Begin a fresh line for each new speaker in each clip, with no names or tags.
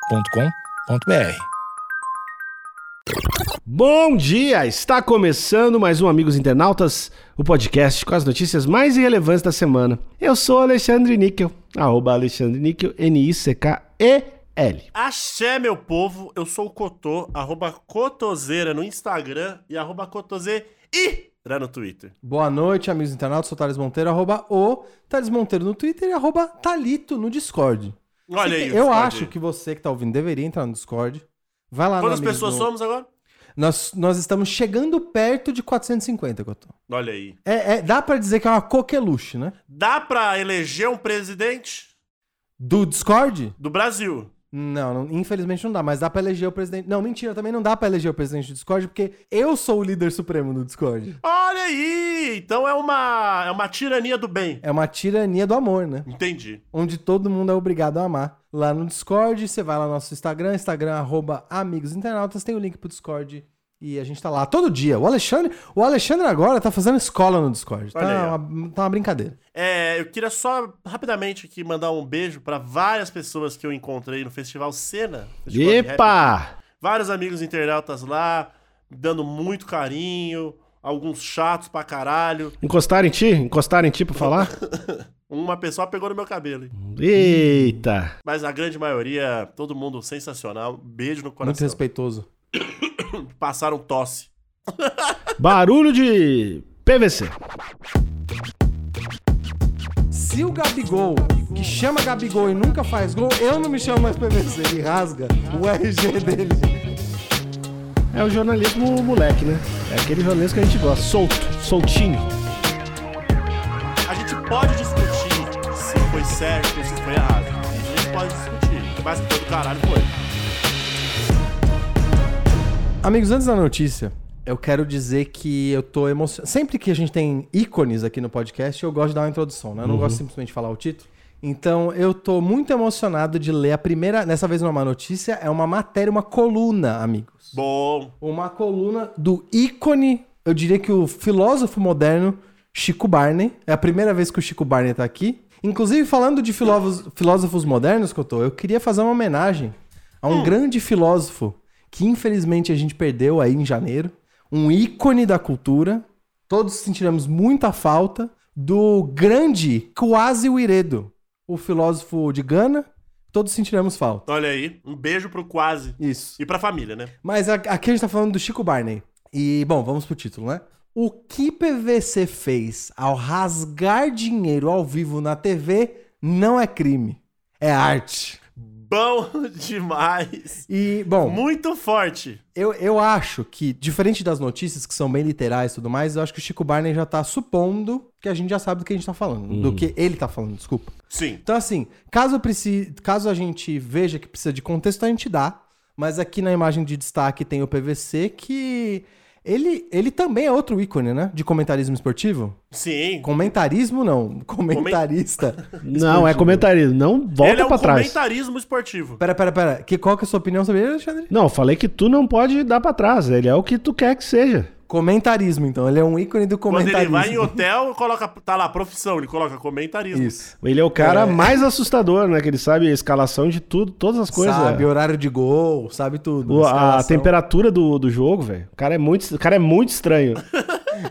agenciadepodcast.com.br.
Bom dia! Está começando mais um Amigos Internautas, o podcast com as notícias mais irrelevantes da semana. Eu sou Alexandre Níquel, arroba Alexandre Níquel, N-I-C-K-E-L.
Axé, meu povo, eu sou o Cotô, arroba Cotoseira no Instagram e arroba Cotoseira no Twitter.
Boa noite, amigos internautas. Sou o Thales Monteiro, arroba o Thales Monteiro no Twitter e arroba Talito no Discord.
Olha
Você
aí,
tem- Eu
pode-
acho que você que tá ouvindo deveria entrar no Discord. Vai lá
Quantas
no Amigos
pessoas
no-
somos agora?
Nós, nós estamos chegando perto de 450, Cotô.
Olha aí.
É, é- dá pra dizer que é uma coqueluche, né?
Dá pra eleger um presidente
Do Discord?
do Brasil?
Não, não- infelizmente não dá, mas dá pra eleger o presidente. Não, mentira, também não dá pra eleger o presidente do Discord, porque eu sou o líder supremo do Discord.
Olha aí! Então é uma, é uma tirania do bem.
É uma tirania do amor, né?
Entendi.
onde todo mundo é obrigado a amar. Lá no Discord, você vai lá no nosso Instagram, Instagram arroba amigos internautas, tem o link pro Discord e a gente tá lá todo dia. O Alexandre, o Alexandre agora tá fazendo escola no Discord. Tá,
Olha aí, ó.
uma, tá uma brincadeira.
É, eu queria só rapidamente aqui mandar um beijo pra várias pessoas que eu encontrei no Festival Cena. Festival de Rap
Epa!
Vários amigos internautas lá, me dando muito carinho, alguns chatos pra caralho.
Encostaram em ti? Encostaram em ti pra falar?
Uma pessoa pegou no meu cabelo,
Uhum.
hein?
Eita!
Mas a grande maioria, todo mundo sensacional. Beijo no
Muito
coração.
respeitoso.
Passaram tosse.
Barulho de PVC.
Se o Gabigol, que chama Gabigol e nunca faz gol, eu não me chamo mais PVC. Ele rasga o RG dele.
É o jornalismo moleque, né? É aquele jornalismo que a gente gosta. Solto, soltinho.
A gente pode discutir se foi certo ou se foi errado. A gente pode discutir. Mas que foi do caralho, foi.
Amigos, antes da notícia, eu quero dizer que eu tô emocionado. Sempre que a gente tem ícones aqui no podcast, eu gosto de dar uma introdução, né? Eu não gosto simplesmente de falar o título. Então, eu tô muito emocionado de ler a primeira. Dessa vez não é uma notícia, é uma matéria, uma coluna, amigos.
Bom.
Uma coluna do ícone, eu diria que o filósofo moderno, Chico Barney. É a primeira vez que o Chico Barney tá aqui. Inclusive, falando de filófos- filósofos modernos, Cotô, eu queria fazer uma homenagem a um grande filósofo que, infelizmente, a gente perdeu aí em janeiro. Um ícone da cultura. Todos sentiremos muita falta do grande Quase Wiredo, o filósofo de Gana. Todos sentiremos falta.
Olha aí. Um beijo pro quase.
Isso.
E pra família, né?
Mas a- aqui a gente tá falando do Chico Barney. E, bom, vamos pro título, né? O que PVC fez ao rasgar dinheiro ao vivo na TV não é crime, é arte.
Bom demais.
E, bom,
Muito forte.
eu, eu acho que, diferente das notícias que são bem literais e tudo mais, eu acho que o Chico Barney já tá supondo que a gente já sabe do que a gente tá falando. Do que ele tá falando, desculpa.
Sim.
Então, assim, caso, preci- caso a gente veja que precisa de contexto, a gente dá. Mas aqui na imagem de destaque tem o PVC, que ele, ele também é outro ícone, né? De comentarismo esportivo.
Sim.
Comentarismo não, comentarista.
Não, é comentarismo. Não
Ele
volta
é um
pra trás.
comentarismo esportivo.
Pera, pera, pera. Que, qual que é a sua opinião sobre ele, Alexandre?
Não, eu falei que tu não pode dar pra trás. Ele é o que tu quer que seja.
Comentarismo, então. Ele é um ícone do
Quando ele
comentarismo.
vai em hotel, coloca. Tá lá, profissão, ele coloca comentarismo.
Isso.
Ele é o cara
É.
mais assustador, né? Que ele sabe a escalação de tudo, todas as coisas.
é.
sabe,
O-
horário de gol, sabe tudo.
a
escalação,
temperatura do, do jogo, velho. O cara é muito, o cara é muito estranho.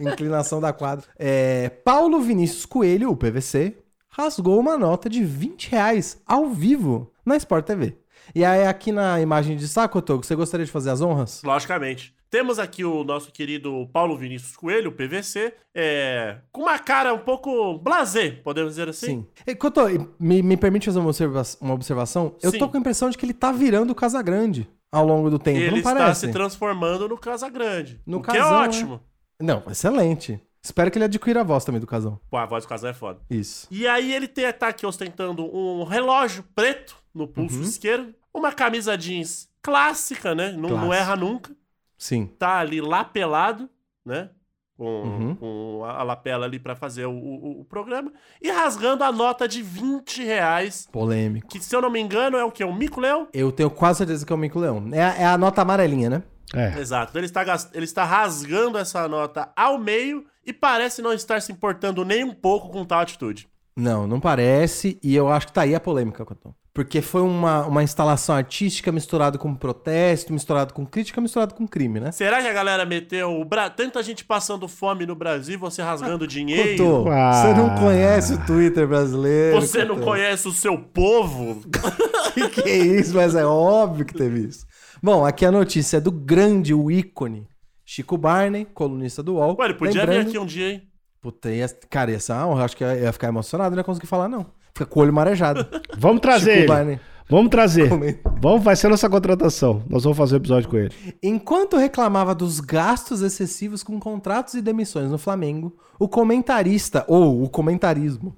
Inclinação da quadra. É, Paulo Vinícius Coelho, o PVC, rasgou uma nota de 20 reais ao vivo na Sport TV. E aí, aqui na imagem de saco, Togo, você gostaria de fazer as honras?
Logicamente. Temos aqui o nosso querido Paulo Vinícius Coelho, o PVC, é, com uma cara um pouco blasé, podemos dizer assim.
E, Cotô, e me, me permite fazer uma, observa- uma observação? Eu
Sim.
tô com a impressão de que ele tá virando o Casagrande ao longo do tempo,
Ele
não
está
parece?
se transformando no Casa Grande.
No
o que é
casão, né?
ótimo.
Não, excelente. Espero que ele adquira a voz também do casão.
Pô, a voz do casão é foda.
Isso.
E aí ele tem, tá aqui ostentando um relógio preto no pulso
Uhum.
esquerdo, uma camisa jeans clássica, né? Não, não
Clássica.
erra nunca.
Sim.
Tá ali lapelado, né? Com,
Uhum.
com a a lapela ali pra fazer o, o- o programa. E rasgando a nota de 20 reais
Polêmico.
Que, se eu não me engano, é o quê? Um mico-leão?
Eu tenho quase certeza que é o Mico Leão. É, a- é a nota amarelinha, né?
É.
Exato. Então Ele está, gas- ele está rasgando essa nota ao meio e parece não estar se importando nem um pouco com tal atitude.
Não, não parece. E eu acho que tá aí a polêmica, Coton. Porque foi uma, uma instalação artística misturada com protesto, misturado com crítica, misturado com crime, né?
Será que a galera meteu o Bra... tanta gente passando fome no Brasil, você rasgando dinheiro?
Couto,
Ah.
você não conhece o Twitter brasileiro.
Você não
Couto.
conhece o seu povo?
que, que é isso? Mas é óbvio que teve isso. Bom, aqui a notícia é do grande, o ícone, Chico Barney, colunista do UOL.
Ué, ele podia vir
Lembrando-
aqui um dia, hein?
Puta, ia, cara, ia ser uma honra. Acho que ia, ia ficar emocionado, não ia conseguir falar, não. Fica com o olho marejado.
Vamos trazer
Chico
ele.
Barney.
Vamos trazer.
Comenta.
Vamos, vai ser nossa contratação. Nós vamos fazer um episódio com ele.
Enquanto reclamava dos gastos excessivos com contratos e demissões no Flamengo, o comentarista, ou o comentarismo,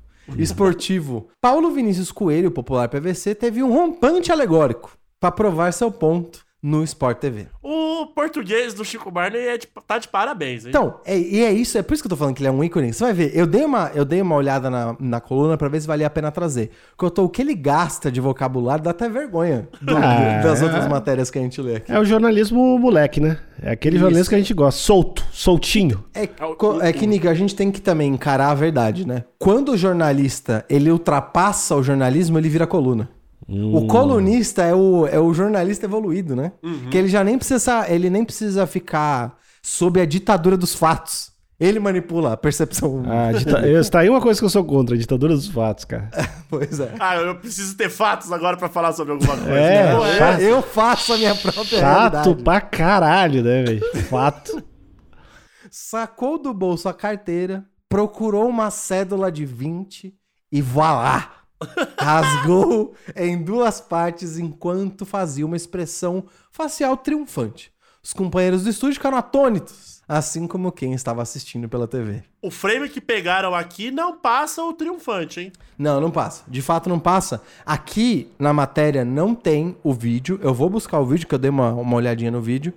esportivo Paulo Vinícius Coelho, popular PVC, teve um rompante alegórico para provar seu ponto no Sport TV.
O português do Chico Barney é de- tá de parabéns, hein?
Então, é, e é isso, é por isso que eu tô falando que ele é um ícone. Você vai ver, eu dei uma, eu dei uma olhada na, na coluna pra ver se valia a pena trazer. Porque eu tô, o que ele gasta de vocabulário dá até vergonha do-
Ah.
das outras matérias que a gente lê aqui.
É o jornalismo moleque, né? É aquele jornalismo que a gente gosta. Solto, soltinho.
É, co- é que, Nico, a gente tem que também encarar a verdade, né? Quando o jornalista, ele ultrapassa o jornalismo, ele vira coluna. O colunista é o, é o jornalista evoluído, né? Que ele já nem precisa, ele nem precisa ficar sob a ditadura dos fatos. Ele manipula a percepção.
Ah, dita... eu- Está aí uma coisa que eu sou contra, a ditadura dos fatos, cara.
Pois é.
Ah, eu preciso ter fatos agora pra falar sobre alguma coisa.
É,
Pô,
Eu-
chato.
Eu faço a minha própria
Fato
realidade.
pra caralho, né, velho? Fato.
Sacou do bolso a carteira, procurou uma cédula de 20 e vá lá! Rasgou em duas partes enquanto fazia uma expressão facial triunfante. Os companheiros do estúdio ficaram atônitos, assim como quem estava assistindo pela TV.
O frame que pegaram aqui não passa o triunfante, hein?
Não, não passa. De fato, não passa. Aqui na matéria não tem o vídeo. Eu vou buscar o vídeo, que eu dei uma, uma olhadinha no vídeo.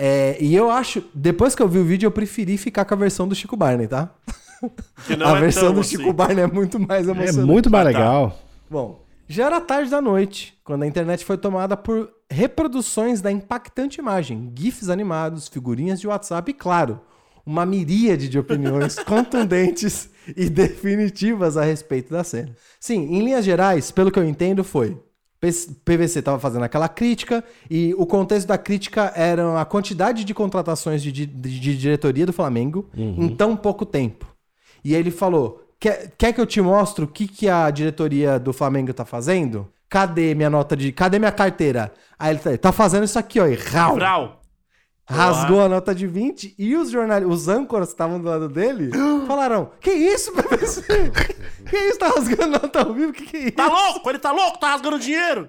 É, e eu acho, depois que eu vi o vídeo, eu preferi ficar com a versão do Chico Barney, tá?
Que não
a
é
versão
tão
do
assim.
Chico Barney é muito mais
É
emocionante.
muito mais
Ah, tá.
legal.
Bom, já era tarde da noite, quando a internet foi tomada por reproduções da impactante imagem, GIFs animados, figurinhas de WhatsApp e, claro, uma miríade de opiniões contundentes e definitivas a respeito da cena. Sim, em linhas gerais, pelo que eu entendo, foi. PS PVC estava fazendo aquela crítica e o contexto da crítica era a quantidade de contratações de, di- de- de diretoria do Flamengo em tão pouco tempo. E ele falou: quer, quer que eu te mostre o que, que a diretoria do Flamengo tá fazendo? Cadê minha nota de. Cadê minha carteira? Aí ele tá, tá fazendo isso aqui, ó. E rau,
Brau.
rasgou a nota de 20 e os jornal, os âncoras que estavam do lado dele falaram: Que isso, PVC? que isso? Tá rasgando nota ao vivo? Que que é isso?
Tá louco? Ele tá louco? Tá rasgando dinheiro?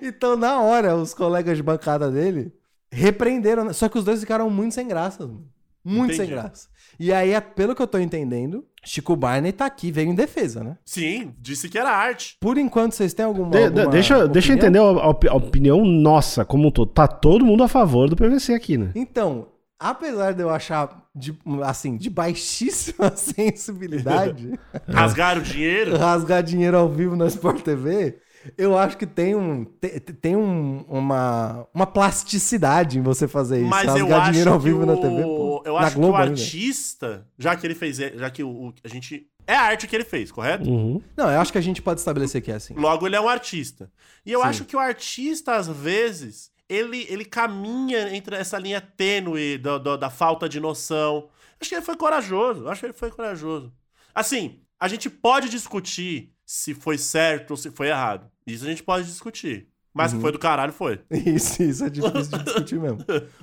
Então, na hora, os colegas de bancada dele repreenderam. né? Só que os dois ficaram muito sem graça. mano. Muito sem
Entendi.
graça. E aí, é- pelo que eu tô entendendo, Chico Barney tá aqui, veio em defesa, né?
Sim, disse que era arte.
Por enquanto, vocês têm alguma.
De- de-
alguma
deixa, deixa eu
opinião?
entender a, a opi- a opinião nossa, como um todo. Tá todo mundo a favor do PVC aqui, né?
Então, apesar de eu achar, de, assim, de baixíssima sensibilidade,
Rasgaram dinheiro?
rasgar dinheiro ao vivo na Sport TV, eu acho que tem, um, te- te- tem um- uma, uma plasticidade em você fazer É isso.
Mas eu
rasgar
acho
dinheiro ao vivo
que
na
o-
TV. pô.
eu
na
acho
Globo
que o
ainda.
artista, já que ele fez, já que o, o- a gente é a arte que ele fez, correto?
Uhum.
Não, eu acho que a gente pode estabelecer que é assim.
Logo ele é um artista. E eu
Sim.
acho que o artista às vezes ele, ele caminha entre essa linha tênue do- do- da falta de noção. Acho que ele foi corajoso, acho que ele foi corajoso. Assim, a gente pode discutir se foi certo ou se foi errado. Isso a gente pode discutir. Mas
Uhum.
que foi do caralho, foi.
Isso, isso é difícil de discutir mesmo.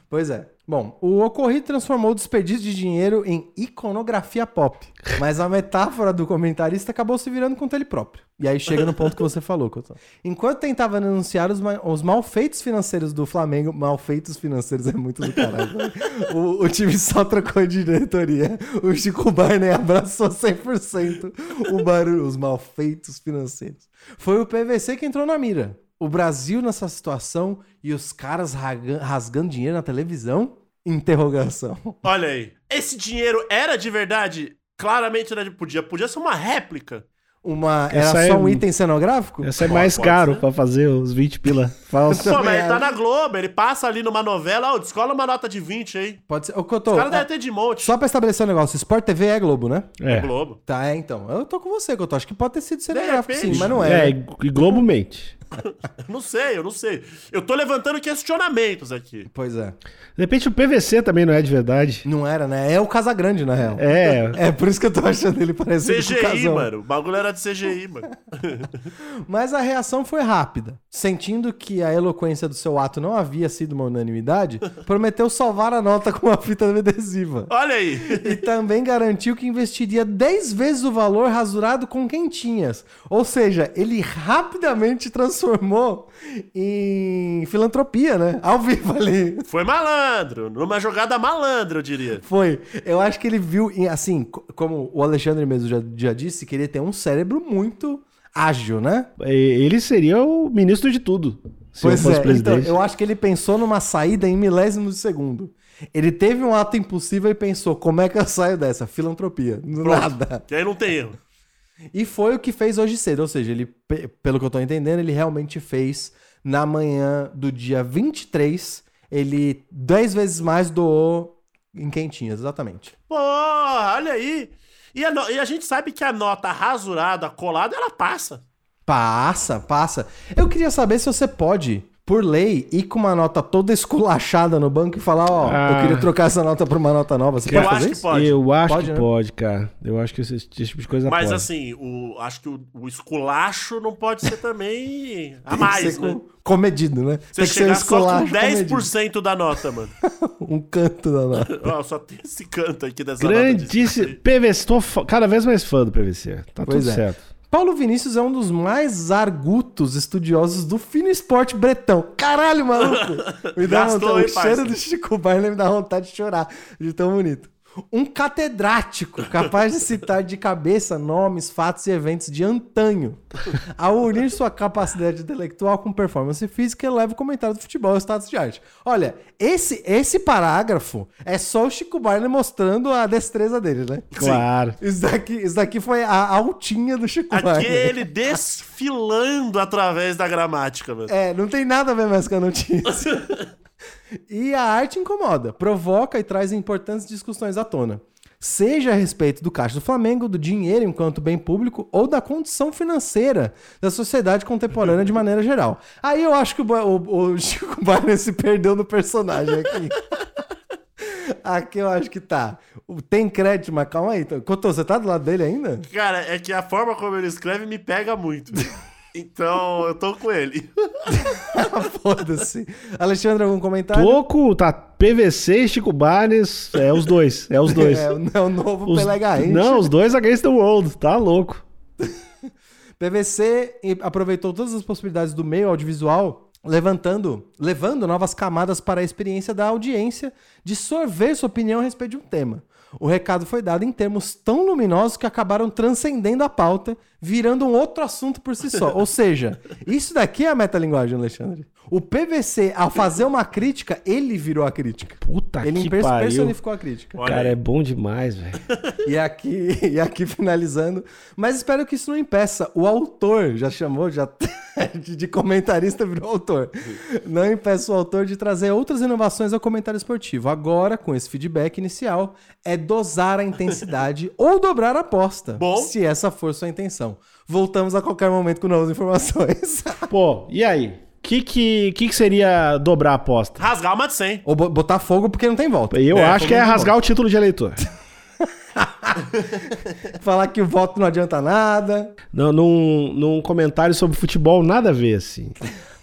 Pois é. Bom, o ocorrido transformou o desperdício de dinheiro em iconografia pop. Mas a metáfora do comentarista acabou se virando contra ele próprio. E aí chega no ponto que você falou, Couto. Enquanto tentava denunciar os, ma- os malfeitos financeiros do Flamengo, malfeitos financeiros é muito do caralho. né? O, o time só trocou de diretoria. O Chico Barney abraçou 100% o barulho, os malfeitos financeiros. Foi o PVC que entrou na mira. O Brasil nessa situação e os caras raga- rasgando dinheiro na televisão? Interrogação.
Olha aí. Esse dinheiro era de verdade? Claramente era de. Podia, podia ser uma réplica.
uma.
Essa
era
é-
só um item cenográfico?
Ia ser
Pô,
é mais
pode
caro
ser.
pra fazer os 20 pila falsos.
Pô, mas
também
ele tá
acho.
na Globo, ele passa ali numa novela, ó, descola uma nota de 20 aí.
Pode ser. Ô, Cotô,
Os caras
a-
devem ter de monte.
é. só pra estabelecer um negócio, Sport TV é Globo, né?
É.
Globo.
Tá, é, então. Eu tô com você, Cotô. Acho que pode ter sido cenográfico,
repente.
sim, mas não é.
É,
né?
e e Globo mente.
Não sei, eu não sei. Eu tô levantando questionamentos aqui.
Pois é.
De repente o PVC também não é de verdade.
Não era, né? É o Casagrande, na real.
É,
É, por isso que eu tô achando ele parecido com o
CGI,
Casão.
mano. O bagulho era de CGI, mano.
Mas a reação foi rápida. Sentindo que a eloquência do seu ato não havia sido uma unanimidade, prometeu salvar a nota com uma fita adesiva.
Olha aí.
E também garantiu que investiria 10 vezes o valor rasurado com quentinhas. Ou seja, ele rapidamente transformou em filantropia, né? Ao vivo ali.
Foi malandro. Numa jogada malandra, eu diria.
Foi. Eu acho que ele viu, em- assim, co- como o Alexandre mesmo já, já disse, que ele tem um cérebro muito ágil, né?
e- ele seria o ministro de tudo. Se eu fosse presidente.
é, então, eu acho que ele pensou numa saída em milésimos de segundo. Ele teve um ato impossível e pensou, como é que eu saio dessa? Filantropia. Nada.
Que aí não tem erro.
E foi o que fez hoje cedo, ou seja, ele, pe- pelo que eu tô entendendo, ele realmente fez na manhã do dia 23, ele 10 vezes mais doou em quentinhas, exatamente.
Porra, olha aí. E a, no- e a gente sabe que a nota rasurada, colada, ela passa.
Passa, passa. Eu queria saber se você pode, por lei, ir com uma nota toda esculachada no banco e falar, ó, eu
Ah.
queria trocar essa nota por uma nota nova. Você
Eu
pode
acho
fazer
que
isso?
pode.
Eu acho
Pode,
que
né?
pode, cara. Eu acho que esse, esse tipo de coisa
Mas
pode.
assim, o, acho que o, o esculacho não pode ser também a
Tem que
mais,
ser
né?
com- comedido, né?
Você chegar só com
esculacho é
10% da nota, mano.
comedido. Um canto da nota.
Ó, só tem esse canto aqui dessa nota. de-
Grandíssimo. PVC, tô fã- cada vez mais fã do PVC. Tá
Pois
tudo
é.
certo.
Paulo Vinícius é um dos mais argutos estudiosos do fino esporte bretão. Caralho, maluco! Me dá
Gastou,
vontade,
hein,
o cheiro
parça?
do Chico Barney me dá vontade de chorar, de tão bonito. Um catedrático, capaz de citar de cabeça nomes, fatos e eventos de antanho. Ao unir sua capacidade intelectual com performance física, eleva o comentário do futebol ao status de arte. Olha, esse, esse parágrafo é só o Chico Barney mostrando a destreza dele, né?
Claro.
Isso daqui, isso daqui foi a altinha do Chico
Aqui é
Barney.
ele desfilando através da gramática, mano.
É, não tem nada a ver mais com a notícia. e a arte incomoda, provoca e traz importantes discussões à tona. Seja a respeito do caixa do Flamengo, do dinheiro enquanto bem público ou da condição financeira da sociedade contemporânea de maneira geral. Aí eu acho que o, Ba- o- o Chico Barney se perdeu no personagem aqui. aqui eu acho que tá. Tem crédito, mas calma aí. Cotô, você tá do lado dele ainda?
Cara, é que a forma como ele escreve me pega muito. Então, eu tô com ele.
Foda-se. Alexandre, algum comentário?
Toco, tá PVC e Chico Barnes. É os dois. É os dois.
É, o- é o novo
Os-
Pelé Garrincha.
não, os dois against the world. Tá louco.
PVC e- aproveitou todas as possibilidades do meio audiovisual, levantando, levando novas camadas para a experiência da audiência de sorver sua opinião a respeito de um tema. O recado foi dado em termos tão luminosos que acabaram transcendendo a pauta, virando um outro assunto por si só. Ou seja, isso daqui é a metalinguagem, Alexandre. O PVC, ao fazer uma crítica, ele virou a crítica.
Puta
ele é
que
pers-
pariu.
personificou a crítica.
Olha
Cara,
aí.
é bom demais, velho.
E aqui, e aqui finalizando. Mas espero que isso não impeça. O autor já chamou, já de de comentarista virou autor. Não impeça o autor de trazer outras inovações ao comentário esportivo. Agora, com esse feedback inicial, é dosar a intensidade ou dobrar a aposta.
Bom.
Se essa for sua intenção. Voltamos a qualquer momento com novas informações.
Pô, e aí? O que, que, que, que seria dobrar a aposta?
Rasgar uma de 100.
ou bo- botar fogo porque não tem volta.
Eu
É,
acho
todo
que é
mundo
rasgar o título de eleitor.
volta. Falar que o voto não adianta nada.
Não, num, num comentário sobre futebol, nada a ver, assim.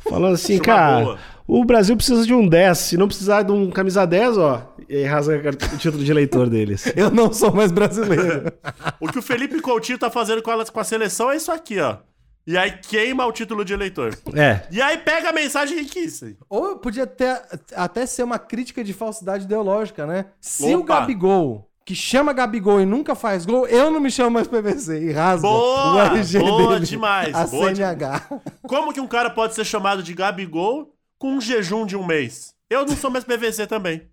Falando assim,
Acho uma
cara,
boa.
o Brasil precisa de um 10. Se não precisar de um camisa 10, ó, e aí rasga o título de eleitor deles.
Eu não sou mais brasileiro.
O que o Felipe Coutinho tá fazendo com a, com a seleção é isso aqui, ó. E aí queima o título de eleitor.
É.
E aí pega a mensagem que quis. hein?
Ou podia até, até ser uma crítica de falsidade ideológica, né? Se o
Opa!
Gabigol, que chama Gabigol e nunca faz gol, eu não me chamo mais PVC e rasga
Boa!
o RG
Boa
dele.
demais,
A
boa
CNH.
Como que um cara pode ser chamado de Gabigol com um jejum de um mês? Eu não sou mais PVC também.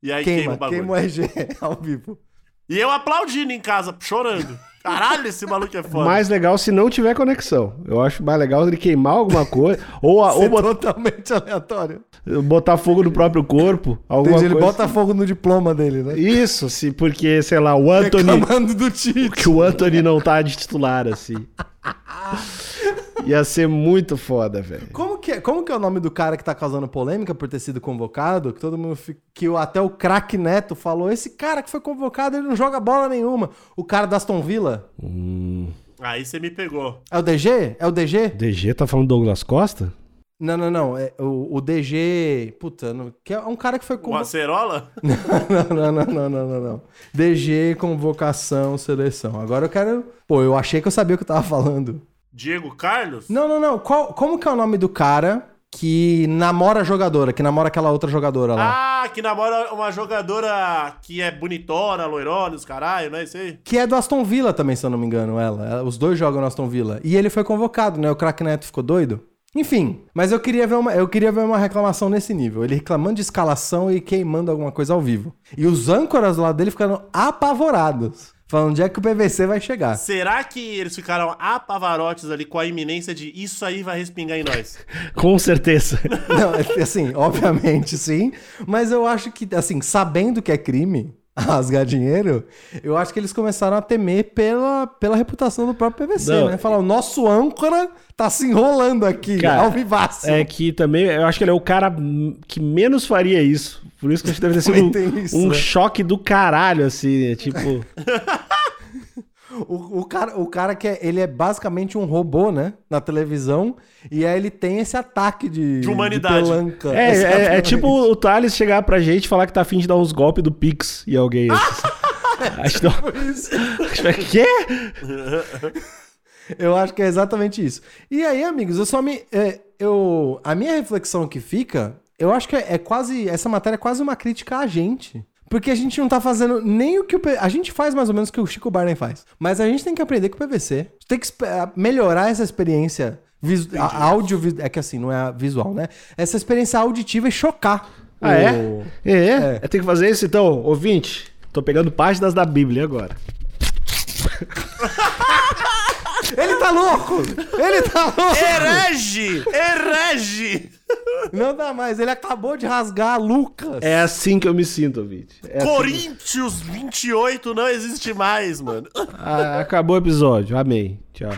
E aí queima, o
Queima,
bagulho.
queima o RG ao vivo.
E eu aplaudindo em casa, chorando. Caralho, esse maluco é foda.
Mais legal se não tiver conexão. Eu acho mais legal ele queimar alguma coisa. ou a- ou
Ser
botar,
totalmente aleatório.
botar fogo no próprio corpo. Alguma
Entendi, ele
coisa.
bota fogo no diploma dele, né?
Isso, se, porque, sei lá, o Anthony.
Reclamando do Tite.
que o Anthony não tá de titular, assim. Ia ser muito foda, velho.
Como que, é, como que é o nome do cara que tá causando polêmica por ter sido convocado? Que todo mundo fica, que o- até o craque Neto falou, esse cara que foi convocado, ele não joga bola nenhuma. O cara da Aston Villa?
Aí você me pegou.
É o DG? É o DG?
DG tá falando Douglas Costa?
Não, não, não. É o, o DG, puta, não, que é um cara que foi
O
convocado.
Acerola?
não, não, não, não, não, não. DG, convocação, seleção. Agora eu quero. Pô, eu achei que eu sabia o que eu tava falando.
Diego Carlos?
Não, não, não. Qual- como que é o nome do cara que namora a jogadora, que namora aquela outra jogadora lá?
Ah, que namora uma jogadora que é bonitona, loirona, os caralho, não é isso aí?
Que é do Aston Villa também, se eu não me engano, ela. Ela- Os dois jogam no Aston Villa. E ele foi convocado, né? O craque Neto ficou doido. Enfim, mas eu queria, ver uma, eu queria ver uma reclamação nesse nível. Ele reclamando de escalação e queimando alguma coisa ao vivo. E os âncoras do lado dele ficando apavorados. Falando onde é que o PVC vai chegar.
Será que eles ficaram apavarotes ali com a iminência de isso aí vai respingar em nós?
Com certeza.
Não, é- assim, obviamente sim. Mas eu acho que, assim, sabendo que é crime rasgar dinheiro, eu acho que eles começaram a temer pela, pela reputação do próprio PVC,
Não. é
né? Falar, o nosso âncora tá se enrolando aqui,
Cara,
ao vivaço.
É que também, eu acho que ele é o cara m- que menos faria isso. Por isso que acho que deve ter sido
Também
um,
tem isso,
um
né?
choque do caralho, assim. é Tipo,
O, o cara, o cara que é, ele é basicamente um robô, né? Na televisão. E aí ele tem esse ataque de,
De humanidade.
pelanca.
é, é, é
Exatamente.
tipo o Thales chegar pra gente e falar que tá afim de dar uns golpes do Pix e alguém. Assim. acho que não. Acho que- Quê?
Eu acho que é exatamente isso. E aí, amigos, eu só me. é, eu, a minha reflexão que fica, eu acho que é, é quase. Essa matéria é quase uma crítica a gente. Porque a gente não tá fazendo nem o que o. P- A gente faz mais ou menos o que o Chico Barney faz. Mas a gente tem que aprender com o PVC. Tem que espe- melhorar essa experiência. Visu, a, áudio. vi- É que assim, não é a visual, né? Essa experiência auditiva e chocar.
Ah, é?
o-
É, é? Tem que fazer isso então, ouvinte. Tô pegando páginas da Bíblia agora.
Ele tá louco! Ele tá louco!
Herege! Herege!
Não dá mais, ele acabou de rasgar a Lucas.
É assim que eu me sinto, ouvinte. É assim-
Corinthians 28 não existe mais, mano.
Ah, acabou o episódio. Amei. Tchau.